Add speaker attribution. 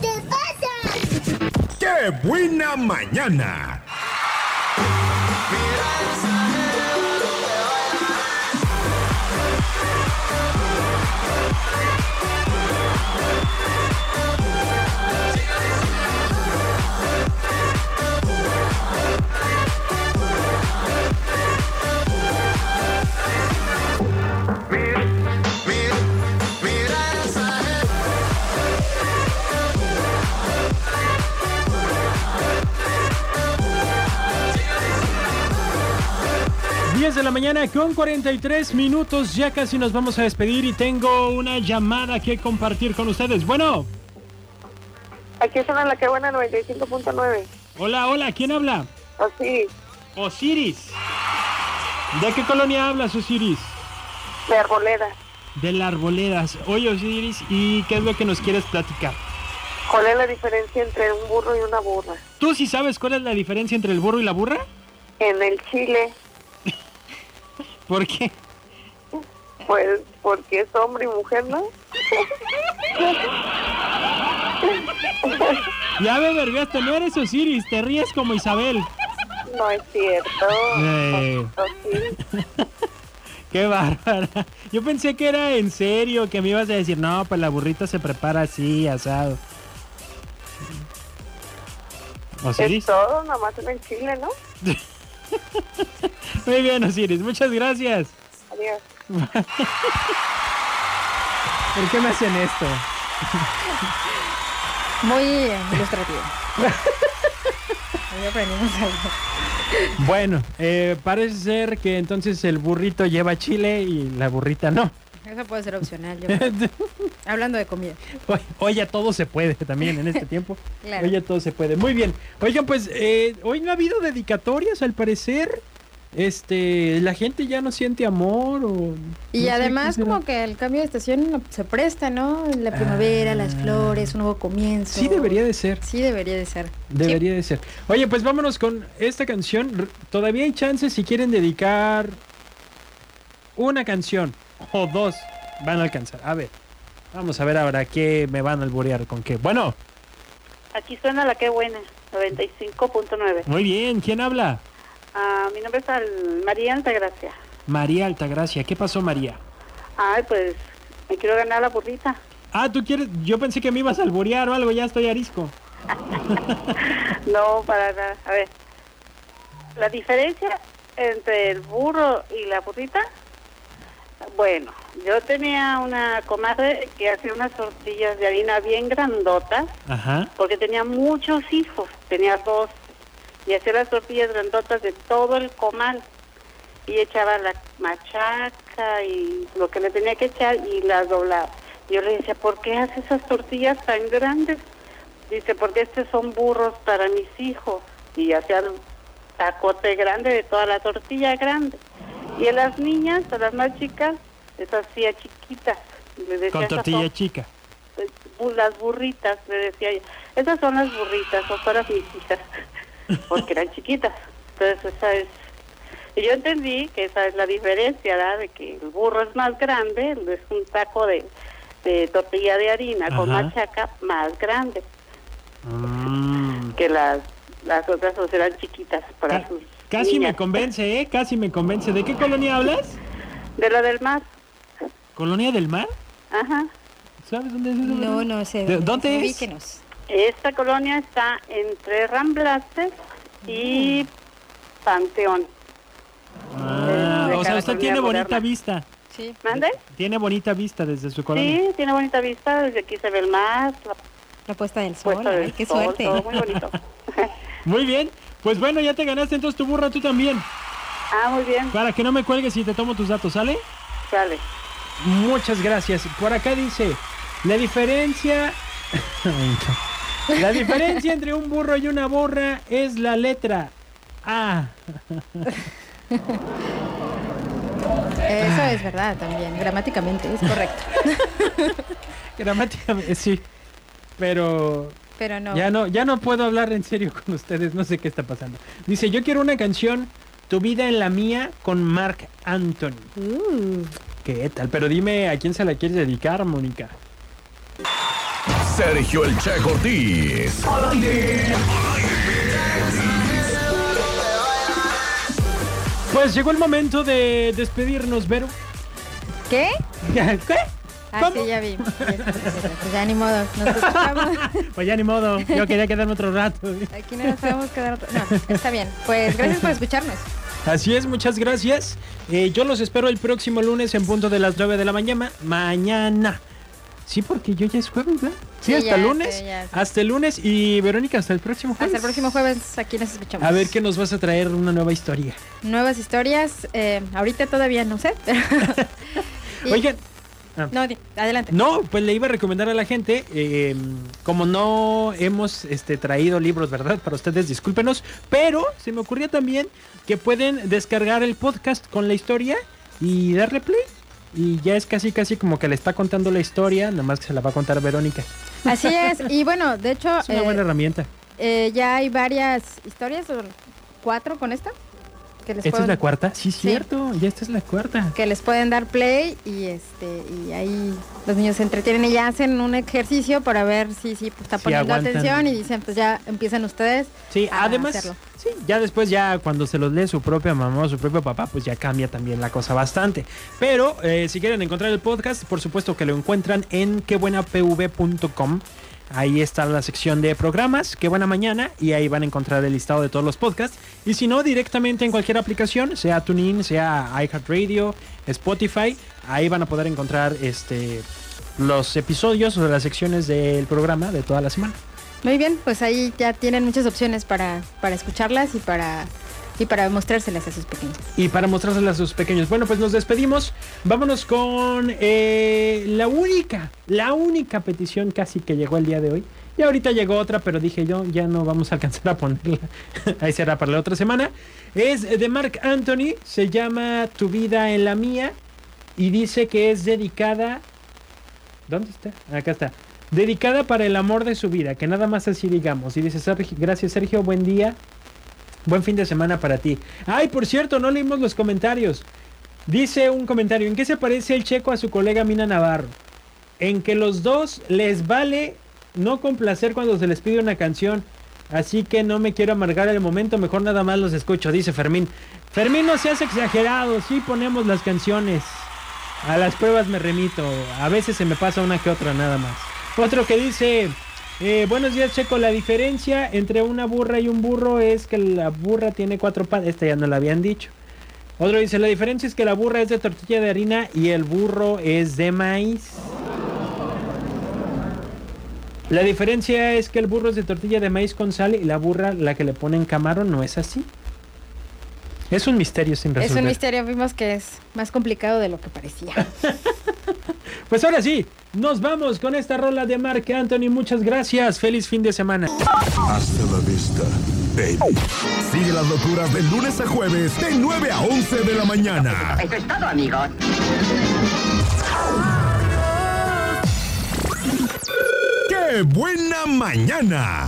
Speaker 1: te pasa?
Speaker 2: ¡Qué buena mañana!
Speaker 3: de la mañana con 43 minutos. Ya casi nos vamos a despedir y tengo una llamada que compartir con ustedes. Bueno,
Speaker 4: Aquí suena la que buena 95.9.
Speaker 3: hola, hola, ¿quién habla?
Speaker 4: Así,
Speaker 3: Osiris. ¿De qué colonia hablas, Osiris?
Speaker 4: de arboleda.
Speaker 3: De la Arboledas. Oye, Osiris, ¿y qué es lo que nos quieres platicar?
Speaker 4: ¿Cuál es la diferencia entre un burro y una burra?
Speaker 3: ¿Tú sí sabes cuál es la diferencia entre el burro y la burra?
Speaker 4: En el Chile,
Speaker 3: ¿Por qué?
Speaker 4: pues, porque es hombre y mujer, ¿no?
Speaker 3: Ya me vergaste, no eres Osiris, te ríes como Isabel.
Speaker 4: No es cierto.
Speaker 3: Eh.
Speaker 4: Así.
Speaker 3: Qué bárbara. Yo pensé que era en serio, que me ibas a decir, no, pues la burrita se prepara así, asado.
Speaker 4: Es
Speaker 3: Osiris.
Speaker 4: todo, nomás en el Chile, ¿no?
Speaker 3: Muy bien, Osiris, muchas gracias.
Speaker 4: Adiós.
Speaker 3: ¿Por qué me hacen esto?
Speaker 5: Muy ilustrativo. Ahí aprendimos algo.
Speaker 3: Bueno, eh, parece ser que entonces el burrito lleva chile y la burrita no.
Speaker 5: Eso puede ser opcional. yo creo. Hablando de comida.
Speaker 3: Hoy- Hoy ya todo se puede también en este tiempo.
Speaker 5: Claro.
Speaker 3: Hoy ya todo se puede. Muy bien. Oigan, pues eh, hoy no ha habido dedicatorias al parecer. Este, la gente ya no siente amor o...
Speaker 5: Y además como
Speaker 3: que...
Speaker 5: que el cambio de estación se presta, ¿no? La primavera, las flores, un nuevo comienzo.
Speaker 3: Ah. Sí debería de ser,
Speaker 5: Sí debería de ser.
Speaker 3: debería de ser. Oye, pues vámonos con esta canción. R- Todavía hay chances si quieren dedicar una canción o dos van a alcanzar. A ver, vamos a ver ahora qué me van a alborear con qué. Bueno,
Speaker 6: Aquí suena la que buena, 95.9.
Speaker 3: muy bien, ¿quién habla?
Speaker 6: Ah, mi nombre es Al- María Altagracia.
Speaker 3: María Altagracia. ¿Qué pasó, María?
Speaker 6: Ay, pues me quiero ganar la burrita.
Speaker 3: Ah, tú quieres. Yo pensé que me ibas a alborear o algo, ya estoy arisco.
Speaker 6: No, para nada. A ver, la diferencia entre el burro y la burrita. Bueno, yo tenía una comadre que hacía unas tortillas de harina bien grandotas
Speaker 3: Ajá.
Speaker 6: porque tenía muchos hijos, tenía dos, y hacía las tortillas grandotas de todo el comal, y echaba la machaca y lo que le tenía que echar y las doblaba. Yo le decía, ¿por qué haces esas tortillas tan grandes? Dice, porque estos son burros para mis hijos, y hacía el tacote grande de toda la tortilla grande. Y a las niñas, a las más chicas, les hacía chiquitas. y les decía,
Speaker 3: Con
Speaker 6: "Esas
Speaker 3: tortilla
Speaker 6: son
Speaker 3: chica.
Speaker 6: pues, bu- las burritas, le decía yo. Esas son las burritas, son para mis hijas, porque eran chiquitas. Entonces, esa es. Y yo entendí que esa es la diferencia, ¿verdad? De que el burro es más grande, es un taco de, de tortilla de harina con
Speaker 3: Ajá.
Speaker 6: machaca más grande,
Speaker 3: Mm.
Speaker 6: que las, las otras dos eran chiquitas para
Speaker 3: Ca-
Speaker 6: sus.
Speaker 3: Casi me
Speaker 6: niñas.
Speaker 3: convence, ¿eh? Casi me convence. ¿De qué colonia hablas?
Speaker 6: De la del mar,
Speaker 3: ¿Colonia del Mar?
Speaker 6: ajá.
Speaker 3: ¿Sabes dónde es eso?
Speaker 5: No, no sé.
Speaker 3: ¿De- dónde es?
Speaker 5: Ubíquenos.
Speaker 6: Esta colonia está entre Ramblaster y
Speaker 3: Mm.
Speaker 6: Panteón.
Speaker 3: Ah,
Speaker 6: De- de
Speaker 3: o sea,
Speaker 6: cada
Speaker 3: usted
Speaker 6: colonia
Speaker 3: tiene bonita
Speaker 6: moderna.
Speaker 3: vista.
Speaker 5: Sí.
Speaker 6: ¿Mande?
Speaker 3: Tiene bonita vista desde su colonia.
Speaker 6: Sí, tiene bonita vista, desde aquí se ve el mar, la
Speaker 5: La puesta del sol.
Speaker 6: puesta
Speaker 5: ay,
Speaker 6: del
Speaker 5: qué
Speaker 6: sol,
Speaker 5: suerte.
Speaker 6: todo muy bonito.
Speaker 3: Muy bien. Pues bueno, ya te ganaste entonces tu burra tú también.
Speaker 6: ah, muy bien,
Speaker 3: Para que no me cuelgues y te tomo tus datos, ¿sale?
Speaker 6: sale.
Speaker 3: Muchas gracias. Por acá dice, la diferencia... la diferencia entre un burro y una borra es la letra A.
Speaker 5: Eso es verdad también. Gramáticamente es correcto.
Speaker 3: Gramáticamente, sí. Pero
Speaker 5: Pero no.
Speaker 3: ya no, ya no puedo hablar en serio con ustedes, no sé qué está pasando. Dice, yo quiero una canción, Tu vida en la mía, con Mark Anthony.
Speaker 5: Uh,
Speaker 3: ¿Qué tal? Pero dime a quién se la quieres dedicar, Mónica.
Speaker 2: Sergio El Che Cortés.
Speaker 3: Pues llegó el momento de despedirnos, Vero.
Speaker 5: ¿Qué?
Speaker 3: ¿Qué?
Speaker 5: Ah,
Speaker 3: ¿Cómo?
Speaker 5: sí, ya vi. Pues ya ni modo. Nos escuchamos.
Speaker 3: Pues ya ni modo, yo quería quedarme otro rato.
Speaker 5: Aquí no nos sabemos quedar. otro- No, está bien. Pues gracias por escucharnos.
Speaker 3: Así es, muchas gracias. Eh, yo los espero el próximo lunes en punto de las 9 de la mañana. Mañana. Sí, porque yo ya es jueves, ¿verdad? Sí,
Speaker 5: Sí,
Speaker 3: hasta
Speaker 5: ya,
Speaker 3: el lunes.
Speaker 5: sí, ya, sí.
Speaker 3: Hasta el lunes y Verónica, hasta el próximo jueves.
Speaker 5: Hasta el próximo jueves. Aquí nos escuchamos.
Speaker 3: A ver qué nos vas a traer una nueva historia.
Speaker 5: Nuevas historias. eh, ahorita todavía no sé. Pero... Y-
Speaker 3: Oigan,
Speaker 5: No, di- adelante.
Speaker 3: no, pues le iba a recomendar a la gente, eh, como no hemos este, traído libros, ¿verdad? Para ustedes, discúlpenos, pero se me ocurrió también que pueden descargar el podcast con la historia y darle play. Y ya es casi, casi como que le está contando la historia, nada más que se la va a contar Verónica.
Speaker 5: Así es. Y bueno, de hecho,
Speaker 3: Es una
Speaker 5: eh,
Speaker 3: buena herramienta.
Speaker 5: eh, ya hay varias historias, o cuatro con esta, que les,
Speaker 3: ¿Esta es la
Speaker 5: pueden,
Speaker 3: cuarta? Sí, cierto, ya esta es la cuarta.
Speaker 5: que les pueden dar play y este y ahí los niños se entretienen y ya hacen un ejercicio para ver si, si pues, está
Speaker 3: Si
Speaker 5: poniendo
Speaker 3: aguantan.
Speaker 5: atención y dicen, pues ya empiezan ustedes.
Speaker 3: Sí,
Speaker 5: a
Speaker 3: además,
Speaker 5: hacerlo.
Speaker 3: sí, ya después ya cuando se los lee su propia mamá o su propio papá, pues ya cambia también la cosa bastante. Pero eh, si quieren encontrar el podcast, por supuesto que lo encuentran en quebuenapv.com. Ahí está la sección de programas, qué buena mañana, y ahí van a encontrar el listado de todos los podcasts. Y si no, directamente en cualquier aplicación, sea TuneIn, sea iHeartRadio, Spotify, ahí van a poder encontrar este los episodios o las secciones del programa de toda la semana.
Speaker 5: Muy bien, pues ahí ya tienen muchas opciones para, para escucharlas y para y para mostrárselas a sus pequeños.
Speaker 3: y para mostrárselas a sus pequeños. Bueno, pues nos despedimos. Vámonos con eh, la única, la única petición casi que llegó el día de hoy. Y ahorita llegó otra, pero dije yo, ya no vamos a alcanzar a ponerla. Ahí será para la otra semana. Es de Mark Anthony, se llama Tu vida en la mía y dice que es dedicada... ¿Dónde está? Acá está. Dedicada para el amor de su vida, que nada más así digamos. Y dice, "Sergio- gracias Sergio, buen día. Buen fin de semana para ti. Ay, por cierto, no leímos los comentarios. Dice un comentario, ¿en qué se parece el checo a su colega Mina Navarro? En que los dos les vale no complacer cuando se les pide una canción. Así que no me quiero amargar el momento, mejor nada más los escucho, dice Fermín. Fermín no seas exagerado, sí ponemos las canciones. A las pruebas me remito, a veces se me pasa una que otra nada más. Otro que dice, eh, buenos días Checo, la diferencia entre una burra y un burro es que la burra tiene cuatro patas, esta ya no la habían dicho. Otro dice, la diferencia es que la burra es de tortilla de harina y el burro es de maíz. La diferencia es que el burro es de tortilla de maíz con sal y la burra, la que le ponen camarón, no es así. Es un misterio sin resolver.
Speaker 5: Es un misterio, vimos que es más complicado de lo que parecía.
Speaker 3: Pues ahora sí, nos vamos con esta rola de Mark Anthony. Muchas gracias. Feliz fin de semana.
Speaker 2: Hasta la vista, baby. Sigue las locuras de lunes a jueves, de 9 a 11 de la mañana.
Speaker 1: Eso es todo, amigos.
Speaker 2: ¡Qué buena mañana!